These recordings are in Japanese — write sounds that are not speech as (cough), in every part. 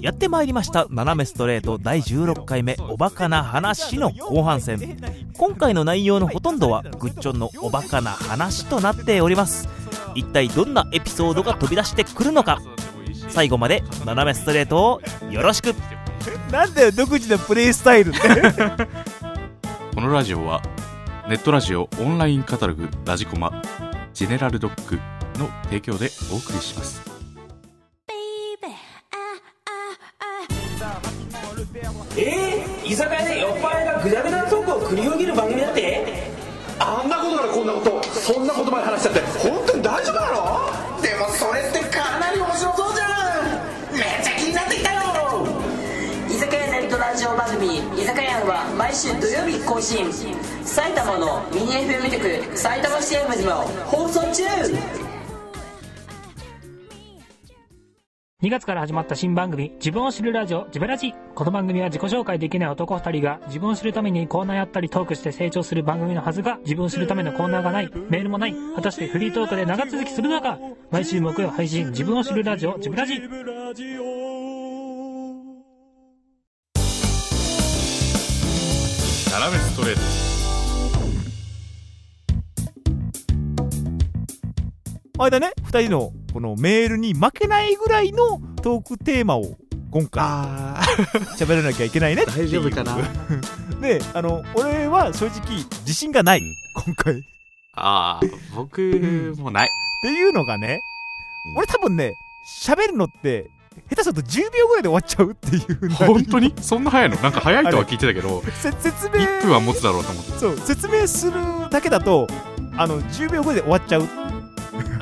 やってまいりました「斜めストレート」第16回目「おバカな話」の後半戦今回の内容のほとんどはグッチョンのおバカな話となっております一体どんなエピソードが飛び出してくるのか最後まで「斜めストレート」をよろしくなんだよ独自のプレイスタイルってこのラジオはネットラジオオンラインカタログラジコマジェネラルドックの提供でお送りしますえー、居酒屋で酔っ払いがぐだぐだなトークを繰り広げる番組だってあんなことからこんなことそんなことまで話しちゃって本当に大丈夫なのでもそれってかなり面白そうじゃんめっちゃ気になってきたよ居酒屋ネットラジオ番組「居酒屋は毎週土曜日更新埼玉のミニ FM 局埼玉 CM でも放送中2月から始まった新番組、自分を知るラジオ、ジベラジ。この番組は自己紹介できない男2人が、自分を知るためにコーナーやったりトークして成長する番組のはずが、自分を知るためのコーナーがない、メールもない、果たしてフリートークで長続きするのか毎週木曜配信、自分を知るラジオ、ジベラジ。斜めストレート間ね2人のこのメールに負けないぐらいのトークテーマを今回あ喋らなきゃいけない (laughs) ねっていう大丈夫かなであの俺は正直自信がない今回っああ僕もないていうのがねうん俺多分ね喋るのって下手すると10秒ぐらいで終わっちゃうっていう本当にそんな早いのなんか早いとは聞いてたけどせ (laughs) 説明1分は持つだろうと思ってそう説明するだけだとあの10秒ぐらいで終わっちゃう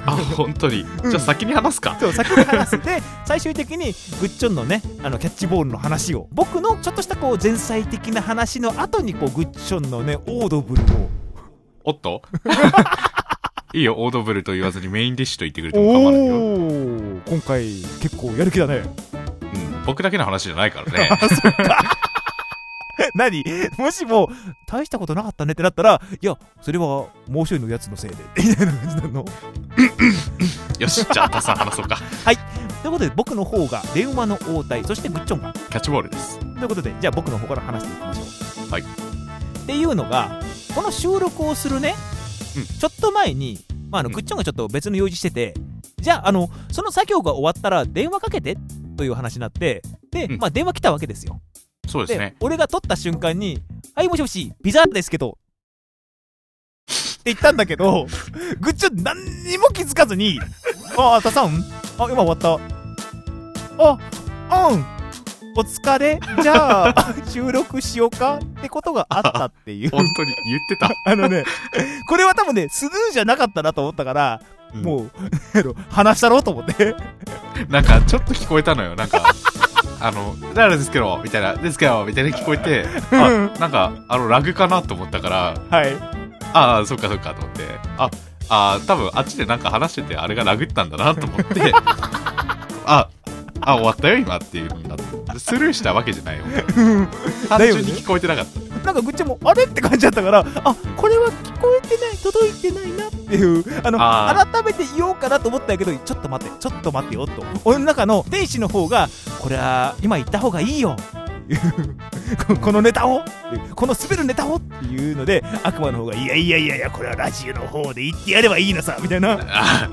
あ本当にうんじゃあ先に話すかそう先に話す (laughs) で最終的にグッチョンのねあのキャッチボールの話を僕のちょっとしたこう前菜的な話の後にこうグッチョンのねオードブルをおっといいよオードブルと言わずにメインディッシュと言ってくれても構わないよ、ー今回結構やる気だねうん、僕だけの話じゃないからね何もしも大したことなかったねってなったらいやそれはもう一人のやつのせいでみたいな感じなのよしじゃあたくさん話そうかということで僕の方が電話の応対そしてグッチョンがキャッチボールですということでじゃあ僕の方から話していきましょう。はいっていうのがこの収録をするね、うんちょっと前に、まあ、あのうんぐっちょんがちょっと別の用事してて、じゃああのその作業が終わったら電話かけてという話になってで、うんまあ、電話来たわけですよ。そうですね俺が取った瞬間に「はいもしもしビザーですけど」って言ったんだけどぐっちょん何にも気づかずに「ああたさんあ今終わった」あ「うんお疲れじゃあ (laughs) 収録しようか」ってことがあったっていう本当に言ってた、 (laughs) (laughs) あのねこれは多分ねスルーじゃなかったなと思ったから、ももうあの話したろうと思ってうなんかちょっと聞こえたのよなんかあの「ならですけど」みたいな「ですけど」みたいな聞こえてあなんかあのラグかなと思ったからはいああそっかそっかと思ってああー多分あっちでなんか話しててあれがラグったんだなと思って (laughs) ああ終わったよ今っていうのになってスルーしたわけじゃないよ単だよね純に聞こえてなかった、なんかぐっちゃんもあれって感じだったからあこれは聞こえてない届いてないなっていうあのあ改めて言おうかなと思ったけどちょっと待ってちょっと待ってよと俺の中の天使の方がこれは今言った方がいいよ (laughs) っていうここのネタをっていうこの滑るネタをっていうので悪魔の方がいやいやいやいやこれはラジオの方で言ってやればいいのさみたいなあ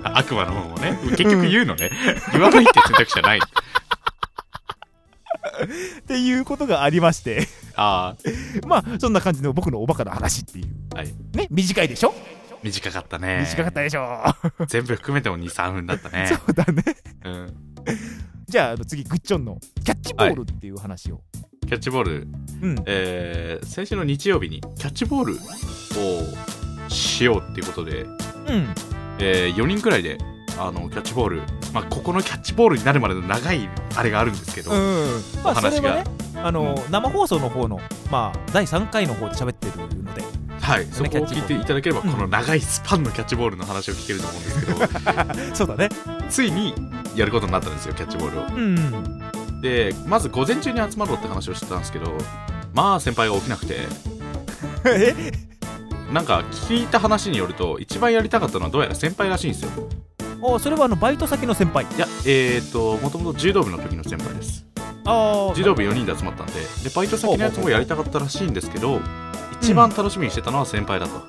ー悪魔の方もね結局言うのね、言わないって選択肢じゃないっていうことがありまして (laughs) あーまあそんな感じの僕のおバカな話っていう、はいね短いでしょ短かったね短かったでしょ (laughs) 全部含めても23分だったねそうだねうん、じゃああの次グッチョンのキャッチボールっていう話を、キャッチボール、うんえー先週の日曜日にキャッチボールをしようっていうことでうんえ4人くらいであのキャッチボール、まあ、ここのキャッチボールになるまでの長いあれがあるんですけど、うん、まあお話がそれはねあの、生放送の方の、まあ、第3回の方で喋ってるのではい、そこを聞いていただければキこャッチボールの長いスパンのキャッチボールの話を聞けると思うんですけど (laughs) そうだね (laughs) ついにやることになったんですよキャッチボールをうんでまず午前中に集まろうって話をしてたんですけどまあ先輩が起きなくてえなんか聞いた話によると一番やりたかったのはどうやら先輩らしいんですよ (laughs) あそれはあのバイト先の先輩いやえっ、ー、ともともと柔道部の時の先輩ですあ柔道部4人で集まったんででバイト先のやつもやりたかったらしいんですけど一番楽しみにしてたのは先輩だと、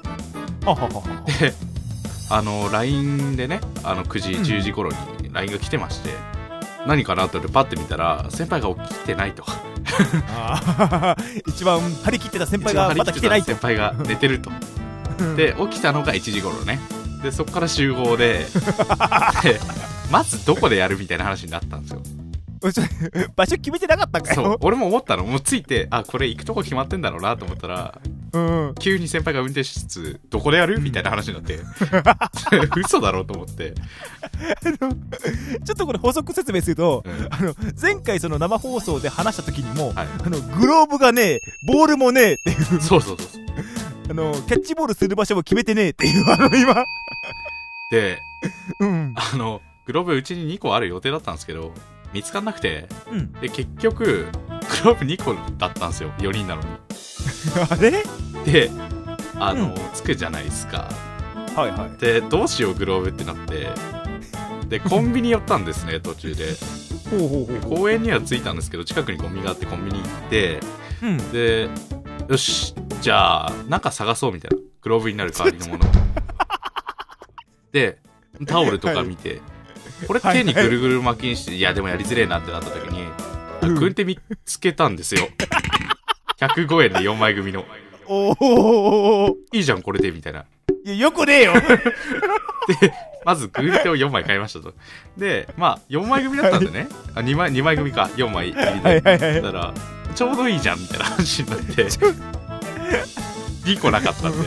あはははであの LINE でねあの9時うん10時頃に LINE が来てまして、何かなと思ってパッて見たら先輩が起きてないとあー (laughs) 一番張り切ってた先輩がまた来てないって先輩が寝てるとで起きたのが1時頃ねでそこから集 (laughs) 合ででまずどこでやるみたいな話になったんですよ (laughs) 場所決めてなかったんかそうよ俺も思ったのもうついてあこれ行くとこ決まってんだろうなと思ったらうん急に先輩が運転しつつどこでやるみたいな話になって (laughs) 嘘だろうと思って、ちょっとこれ補足説明すると、うんあの前回その生放送で話した時にも、はいあのグローブがねえボールもねえっていうそうそうそうあのキャッチボールする場所も決めてねえっていうあの今でうんあの、グローブうちに2個ある予定だったんですけど、見つかんなくて、うんで、結局、グローブ2個だったんですよ、4人なのに。あれで、あの、つくじゃないですか。はいはいで、どうしよう、グローブってなって、で、コンビニ寄ったんですね、途中で。ほうほうほう公園には着いたんですけど、近くにゴミがあってコンビニ行って、うんで、よし、じゃあ、なんか探そうみたいな。グローブになる代わり (laughs) のもの。で、タオルとか見て、これ手にぐるぐる巻きにして、いや、でもやりづれえなってなった時に、あうん軍手見つけたんで (laughs) すよ。105円で4枚組の。おーおーいいじゃん、これで、みたいな。いやよくねえよで、 (laughs) まず軍手を4枚買いましたと。で、まあ、4枚組だったんでね。あ、2枚、2枚組か。4枚入りはいで。はいはいだから、ちょうどいいじゃん、みたいな話になって。2個なかったんで。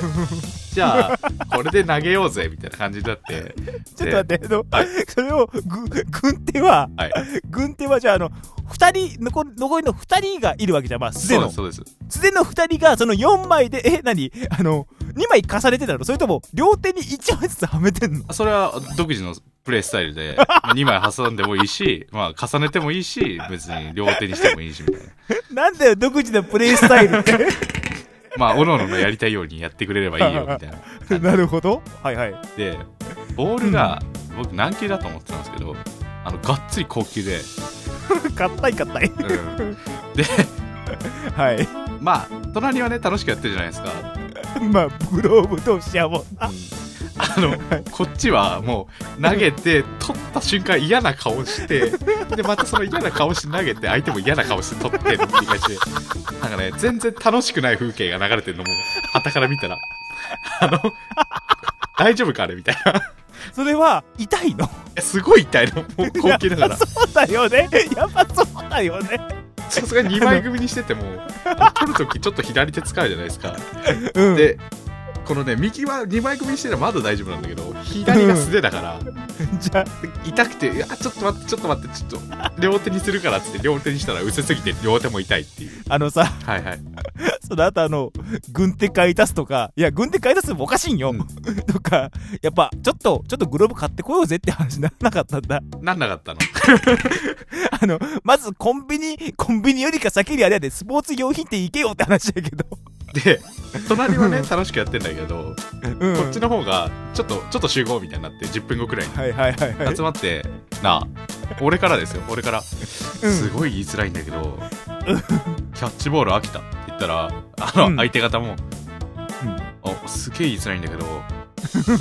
じゃあ、これで投げようぜ、みたいな感じになって。 (laughs) ちょっと待って、あの、それを、ぐ、軍手は、はい。軍手はじゃあ、あの、二人、残り残りの二人がいるわけじゃん、まあ、素手そうでのす、。そうです。素手の二人が、その4枚で、え、何あの、2枚重ねてたのそれとも、両手に1枚ずつはめてんのそれは独自のプレイスタイ (laughs) ルで、2枚挟んでもいいし、まあ、重ねてもいいし、別に両手にしてもいいし、みたいな。なんだよ、独自のプレイスタイルって。まあ、おのおののやりたいようにやってくれればいいよ、みたい (laughs) な。なるほど。はいはい。でボールが僕軟球だと思ってたんですけどあのがっつり高級で、硬い硬い。うん、ではい。まあ隣はね楽しくやってるじゃないですか、 (laughs) まあ、グローブとシャボン。うんあのこっちはもう投げて取った瞬間嫌な顔してでまたその嫌な顔して投げて相手も嫌な顔して取ってるっていう感じでなんかね全然楽しくない風景が流れてるのも傍から見たらあの大丈夫かあれみたいなそれは、痛いの (laughs) えすごい痛いのもう高級だからそうだよね。やっぱそうだよね。さすがに2枚組にしてても取るときちょっと左手使うじゃないですかうん。でこのね右は2枚組にしてたらまだ大丈夫なんだけど左が素手だからじゃあ、痛くて「いやちょっと待ってちょっと待ってちょっと両手にするから」っつって両手にしたら薄すぎて両手も痛いっていうあのさ、はいはいその後あの、軍手買い足すとか、いや、軍手買い足すのもおかしいんよ。うん (laughs) とか、やっぱ、ちょっと、ちょっとグローブ買ってこようぜって話にならなかったんだ。 (laughs) なんなかったのあの、まずコンビニ、コンビニよりか先にあれやで、スポーツ用品店行けよって話だけど。で隣はね楽しくやってんだけどうん。こっちの方がちょっとちょっと集合みたいになって10分後くらいにはいはいはいはい。集まってなあ俺からですよ俺からすごい言いづらいんだけど、キャッチボール飽きたって言ったらあの、うん相手方も、あすげえ言いづらいん (laughs) だけどキャ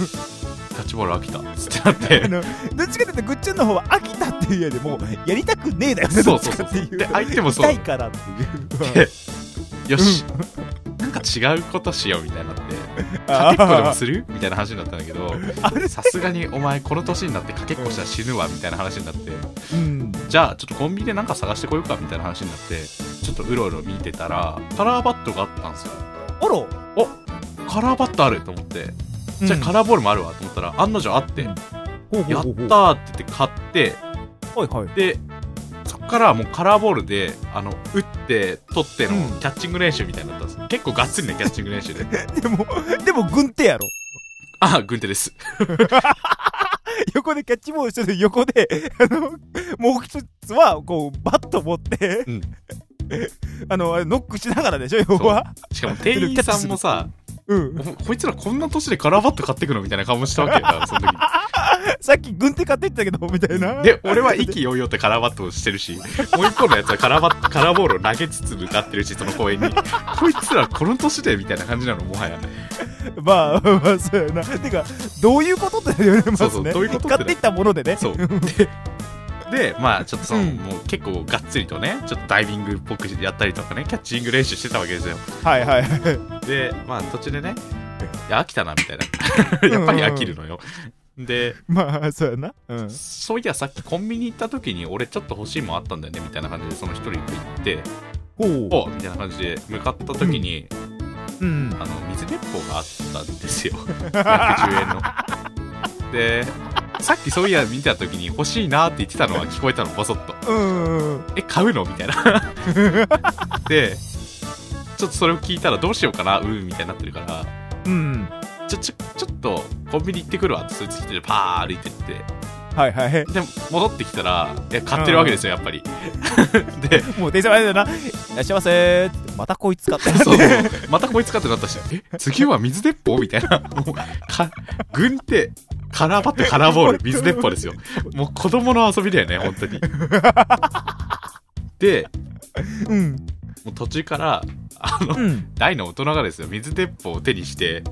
ッチボール飽きたっつってあなっての、どっちかというと、ぐっちゃんの方は飽きたっていうよりも、やりたくねえだよね、そどうっそうちそかうっていう。で相手もそう痛いからっていう。でよし、なんか違うことしようみたいになってかけっこでもあするみたいな話になったんだけどあれさすがにお前この年になってかけっこしたら死ぬわみたいな話になってうん。じゃあちょっとコンビニでなんか探してこようかみたいな話になってちょっとうろうろ見てたらカラーバットがあったんですよあら、おカラーバットあると思ってうんじゃあカラーボールもあるわと思ったら、案の定あって、やっほうほたうほうほうーって言って買ってはいはい。でそっからはもうカラーボールであの打って取ってのうんキャッチング練習みたいになったんです、結構がっつりねキャッチング練習で (laughs) でも、でも軍手やろ。あ軍手です横でキャッチボールしてる横で、あの、もう一つは、こう、バット持って、うん (laughs) あの、あれノックしながらでしょ、要は。しかも店員さんもさ (laughs) うん。おこいつらこんな年でカラーバット買ってくのみたいな顔もしたわけだからその時さっき軍手買ってってたけどみたいなで、俺は意気揚々とカラーバットをしてるし、もう一個のやつはカラーバットカラーボールを投げつつ向かってるし、その公園に。こいつらこの年でみたいな感じなの、もはや。まあまあそうやなてかどういうことって言われますねそうそうどういうことって買っていったものでねそう。で、でまあ、ちょっとその、もう結構がっつりとね、ちょっとダイビングっぽくやったりとかね、キャッチング練習してたわけですよ。はいはいはいで、まあ、途中でね、いや、飽きたな、みたいな。やっぱり飽きるのよ。で、まあそうやなうんそういや、さっきコンビニ行った時に、俺ちょっと欲しいもんあったんだよね、みたいな感じで、その一人で行って、ほうおうみたいな感じで向かった時に、うんあの水鉄砲があったんですよ110円のでさっきそういや見た時に欲しいなって言ってたのは聞こえたのボソッとうんえ買うのみたいなでちょっとそれを聞いたらどうしようかなうんみたいになってるからうんちょちょちょっとコンビニ行ってくるわってそいつ来てパー歩いてってはいはいで戻ってきたらいや買ってるわけですよやっぱりでもう電車前だよな「いらっしゃいませ」ってまたこいつ買ったやつそうまたこいつかってなったし、え、次は水鉄砲みたいな。もう、か、軍手、カラーバット、カラーボール、水鉄砲ですよ。もう子供の遊びだよね、本当に。で、うんもう途中から、あの、うん大の大人がですよ、水鉄砲を手にして、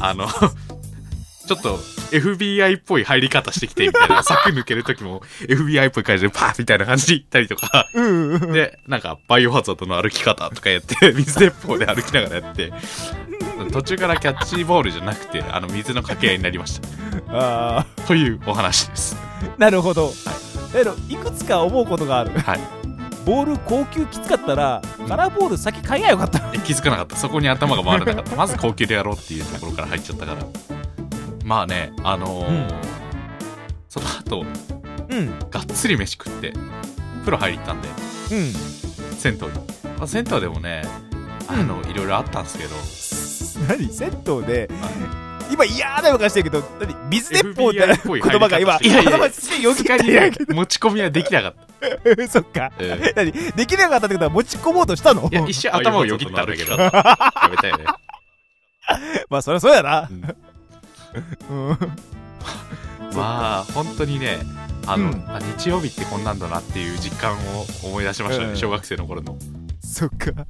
あの、 (laughs) ちょっと FBI っぽい入り方してきてみたい (laughs) な、柵抜けるときも FBI っぽい感じでパーみたいな感じで行ったりとか、で、なんかバイオハザードの歩き方とかやって、 (laughs) 水鉄砲で歩きながらやって、途中からキャッチボールじゃなくて、あの水の掛け合いになりました。あというお話です。あなるほどあのいくつか思うことがあるはい。ボール高級きつかったらカラーボール先買えやよかったえ気づかなかったそこに頭が回らなかったまず高級でやろうっていうところから入っちゃったからまあねあのーその後うんうんがっつり飯食って風呂入り行ったんで銭湯に、まあ、銭湯でもねあの、いろいろあったんですけど何銭湯で今嫌な予感してるけど何水鉄砲って FBI っぽ (laughs) い言葉が今入り方してるいやいや頭すげえよぎさっすがてにるやねん持ち込みはできなかったけどそっかえ何できなかったってことは持ち込もうとしたのいや一瞬頭をよぎったんだけどやめたよね、まあそりゃそうやなうんうんまあ本当にねあの、うんあ日曜日ってこんなんだなっていう実感を思い出しましたうね、ん小学生の頃の (laughs) そっか。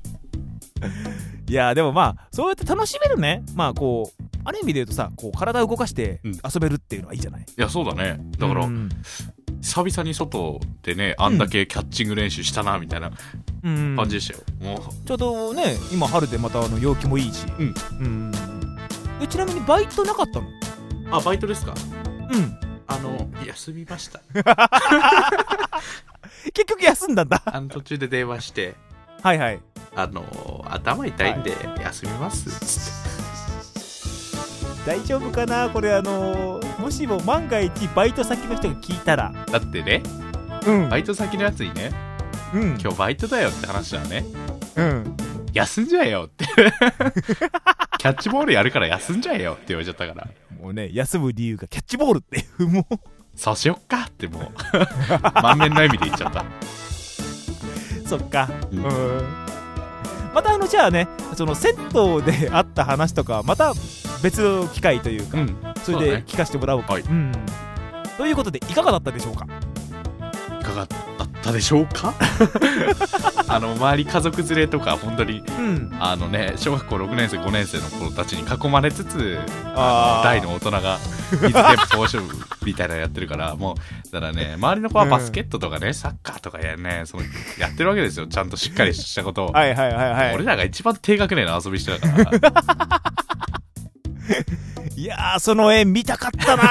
いやでもまあそうやって楽しめるねまあこうある意味で言うとさこう体を動かしてうん遊べるっていうのはいいじゃないいやそうだねだから、うん久々に外でねあんだけキャッチング練習したなみたいなうん感じでしたよ、もうちょうどね今春でまたあの陽気もいいしうんうんえちなみにバイトなかったのあバイトですかうんあの休みました結局休んだん (laughs) だあの途中で電話してはいはいあの頭痛いんで休みます、大丈夫かなこれあのーもしも万が一バイト先の人が聞いたらだってねうんバイト先のやつにねうん今日バイトだよって話はねうん休んじゃえよって (laughs) キャッチボールやるから休んじゃえよって言われちゃったからもうね休む理由がキャッチボールっていうもうそうしよっかっても (laughs) う満面の笑みで言っちゃったそっか、ううんん、またあのじゃあねその銭湯であった話とかはまた別の機会というか、うんそそうれだでね聞かせてもらおうか、はいうんということでいかがだったでしょうかいかがだったでしょうか (laughs) あの周り家族連れとか本当にうんあのね小学校6年生5年生の子たちに囲まれつつあー大の大人が水鉄砲勝負みたいなのやってるから (laughs) もうだからね周りの子はバスケットとかね、サッカーとかやねそのやってるわけですよちゃんとしっかりしたことを、 (laughs) はいはいはいは俺いらが一番低学年の遊びしてたから (laughs) いやーその絵見たかった (laughs) な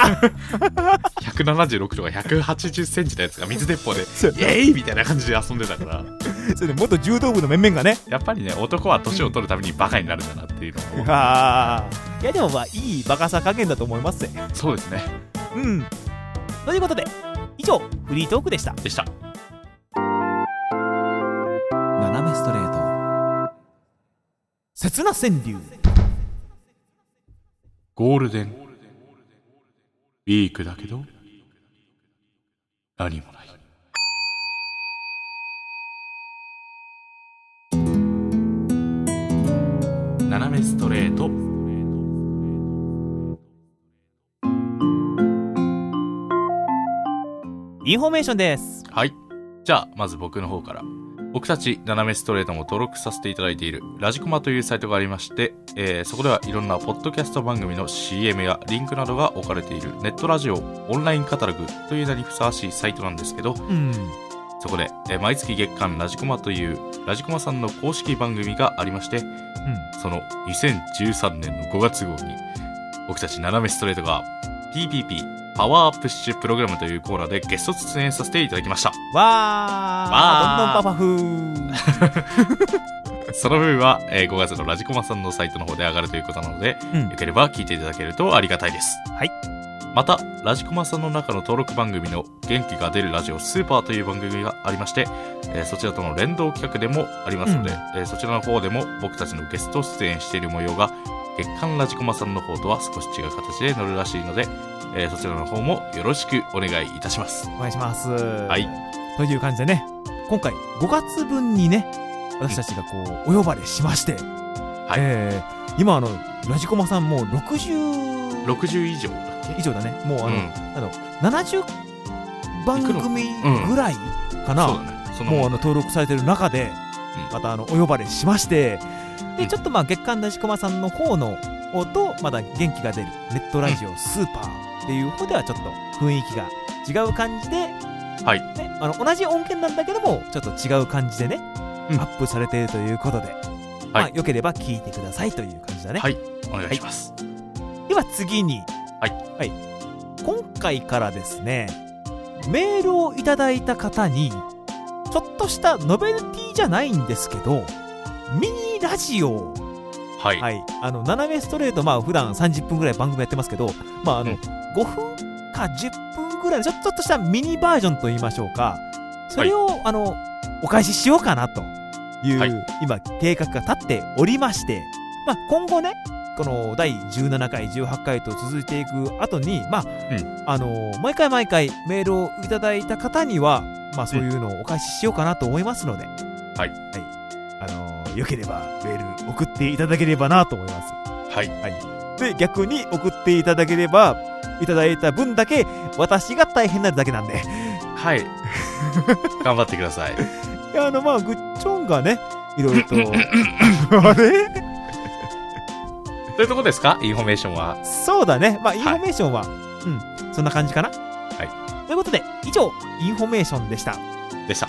176とか180センチのやつが水鉄砲でそう「イエーイ!」みたいな感じで遊んでたからそれで元柔道部の面々がねやっぱりね男は年を取るためにバカになるんだなっていうのを思うあーいやでもまあいいバカさ加減だと思いますぜそうですねうんということで以上フリートークでしたでした斜めストレート刹那川柳ゴールデンウィークだけど何もない斜めストレートインフォメーションですはい。じゃあ、まず僕の方から。僕たち、斜めストレートも登録させていただいている、ラジコマというサイトがありまして、えーそこではいろんなポッドキャスト番組の CM やリンクなどが置かれている、ネットラジオ、オンラインカタログという名にふさわしいサイトなんですけど、うんそこで、えー毎月月間ラジコマという、ラジコマさんの公式番組がありまして、その2013年の5月号に、僕たち斜めストレートが PPP パワープッシュプログラムというコーナーでゲスト出演させていただきました。わわーどんどんパパ風その分は、えー5月のラジコマさんのサイトの方で上がるということなので、うんよければ聞いていただけるとありがたいです。はい。また、ラジコマさんの中の登録番組の元気が出るラジオスーパーという番組がありまして、えーそちらとの連動企画でもありますのうで、んえーそちらの方でも僕たちのゲスト出演している模様が、月刊ラジコマさんの方とは少し違う形で載るらしいので、えーそちらの方もよろしくお願いいたします。お願いしますははいという感じでね今回5月分にね私たちがこうお呼ばれしまして、はいえー今あのラジコマさんもう60 60以上だっけ以上だねもうあの、うん70番組ぐらいかな、そうだね。そのもうあの登録されてる中で、うんまたあのお呼ばれしましてうでんちょっとまあ月刊ラジコマさんの方の方とまだ元気が出るネットラジオスーパーっていう方ではちょっと雰囲気が違う感じで、はいね、あの同じ音源なんだけどもちょっと違う感じでね、うんアップされているということで、まあ、よければ聞いてくださいという感じだね、はい、お願いします。では次に、はい今回からですねメールをいただいた方にちょっとしたノベルティじゃないんですけどミニラジオを、はい。はい、あの斜めストレートまあ普段30分ぐらい番組やってますけど、まああのうん5分か10分ぐらいのちょちょっとしたミニバージョンと言いましょうかそれを、あのお返ししようかなという、はい今計画が立っておりまして、まあ、今後ねこの第17回18回と続いていく後にまあ、んあの毎回毎回メールをいただいた方にはまあそういうのをお返ししようかなと思いますので、はいあのよければメール送っていただければなと思いますはい。で逆に送っていただければいただいた分だけ私が大変になるだけなんではい。 (laughs) 頑張ってください。いやあのまあグッチョンがねいろいろと (laughs) あれというとこですかインフォメーションは。そうだねまあインフはいォメーションは、うんそんな感じかなはいということで以上インフォメーションでしたでした。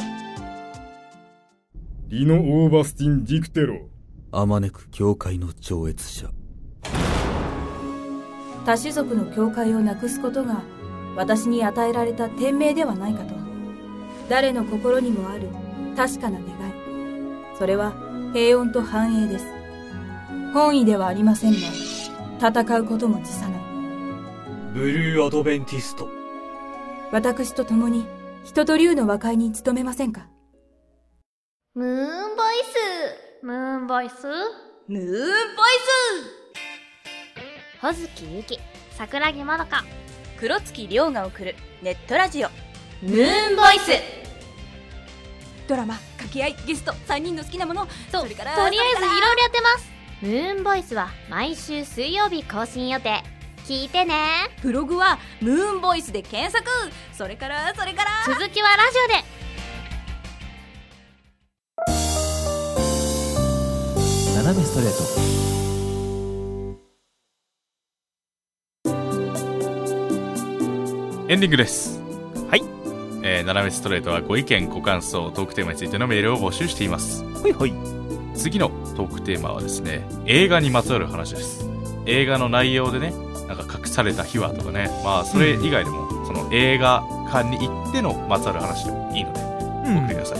リノ・オーバスティン・ディクテロあまねく教会の超越者多種族の境界をなくすことが私に与えられた天命ではないかと誰の心にもある確かな願いそれは平穏と繁栄です本意ではありませんが戦うことも辞さないブルーアドベンティスト私と共に人と竜の和解に努めませんかムーンボイスムーンボイスムーンボイほずきゆき桜木まどかス黒月亮が送るネットラジオムーンボイスドラマ掛け合いゲスト3人の好きなものととりあえずいろいろやってますムーンボイスは毎週水曜日更新予定聞いてねブログはムーンボイスで検索それからそれから続きはラジオで斜めストレートエンディングです。はい。えー、斜めストレートはご意見、ご感想、トークテーマについてのメールを募集しています。ほいほい次のトークテーマはですね、映画にまつわる話です。映画の内容でね、なんか隠された秘話とかね、まあそれ以外でも、その映画館に行ってのまつわる話でもいいので、送ってください。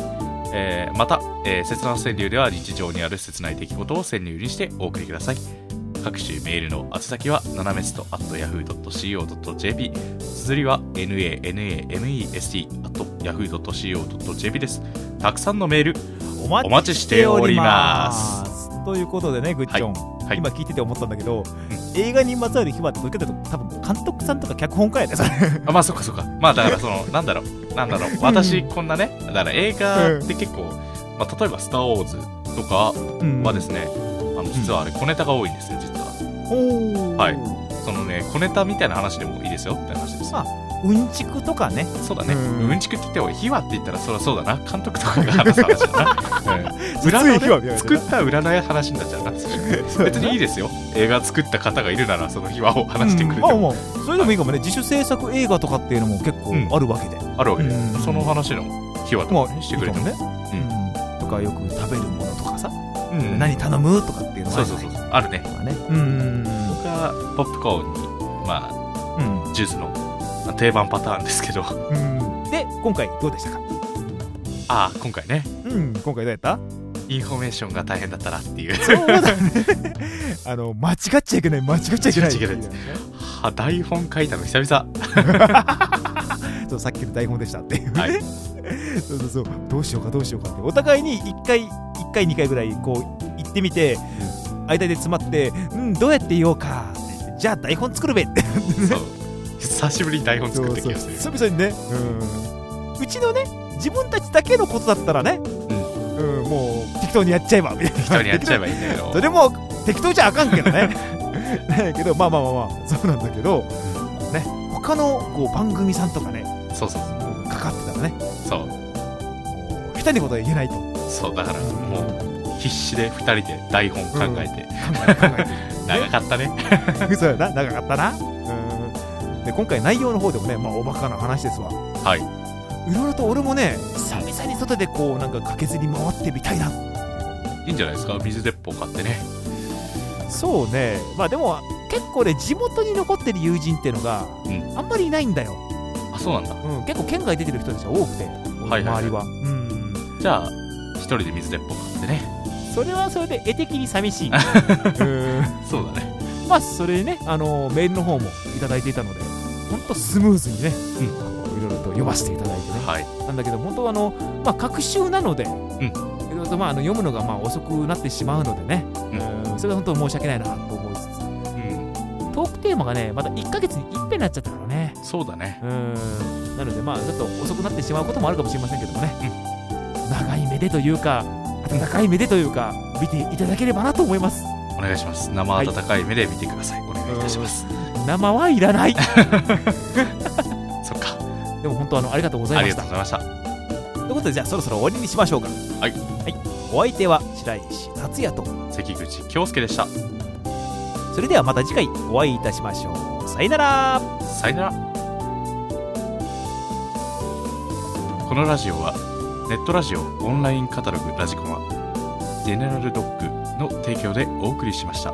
えーまた、えー、切な川柳では日常にある切ない出来事を川柳にしてお送りください。各種メールの宛先は、ななめすと yahoo.co.jp、綴りは nanamest yahoo.co.jp です。たくさんのメール、お待お待ちしておりますということでねグッチョン、はい今聞いてて思ったんだけど、映画にまつわる秘話ってどっちかというと多分監督さんとか脚本家やねそれ (laughs) あまあそっかそっかまあだからその (laughs) なんだろうなんだろう私こんなねだから映画って結構、まあ、例えば「スター・ウォーズ」とかはですね、あの実はあれ小ネタが多いんですよ実はほうはいそのね小ネタみたいな話でもいいですよって話ですよあうんちくとかねそうだねうんちくって言っても秘話って言ったらそりゃそうだな監督とかが話す話だな、うん裏つい秘の話みたいねな作った裏の話になっ (laughs) ちゃうな別にいいですよ映画作った方がいるならその秘話を話してくれてまあも、まあそれでもいいかもね自主制作映画とかっていうのも結構あるわけで、あるわけで、うんその話の秘話とまかあねしてくれてもいいかとうんかよく食べるものとかさ、うん何頼むとかっていうのはそうそうそうあるねうん僕はポップコーンにまあ、ジュースのまあ定番パターンです (laughs) けどあで今回どうでしたかあ今回ねうん今回どうやったインフォメーションが大変だったなっていうあの間違っちゃいけない間違っちゃいけない間違っちゃいけないは (laughs) 台本書いたの久々そうさっきの台本でしたっていうね、はいそうそうそうどうしようかどうしようかってお互いに1回1回2回ぐらいこう行ってみて間で詰まってうんどうやって言おうかって言ってじゃあ台本作るべって久しぶりに台本作った気がする久々にね、うん、うちのね自分たちだけのことだったらね、うんもう適当にやっちゃえばみたいな適当にやっちゃえばいいんだ (laughs) けどそれも適当じゃあかんけどねなんやけどまあまあまあまあそうなんだけどね他のこう番組さんとかねそうそうかかってたらねそう下手なことは言えないとそうだからもう必死で2人で台本考えて、長かったね (laughs) そうやな長かったなうんで今回内容の方でもねまあおバカな話ですわはいいろいろと俺もね久々に外でこうなんか駆けずり回ってみたいないいんじゃないですか水鉄砲買ってねそうねまあでも結構ね地元に残ってる友人っていうのがあんまりいないんだよ、あそうなんだうん、結構県外出てる人たちが多くてはいはい、周りはじゃあ一人で水鉄砲買ってねそれはそれで絵的に寂 (laughs) しいそうだねまあそれにねあのメールの方もいただいていたのでほんとスムーズにね、うん、いろいろと読ませていただいてね、なんだけど本当はあのまあ隔週なので、いろいろとまああの読むのがまあ遅くなってしまうのでね、うんそれは本当申し訳ないなと思いつつ、トークテーマがねまだ1ヶ月に一遍になっちゃったからねそうだねうんなのでまあちょっと遅くなってしまうこともあるかもしれませんけどもね、長い目でというか温かい目でというか見ていただければなと思いますお願いします生温かい目で見てください、お願いいたします生はいらないそっかでも本当あのありがとうござあいまりしがとたうございましたということでじゃあそろそろ終わりにしましょうかはい、お相手は白石達也と関口京介でしたそれではまた次回お会いいたしましょうさよならさよならこのラジオはネットラジオオンラインカタログラジコマジェネラルドッグの提供でお送りしました。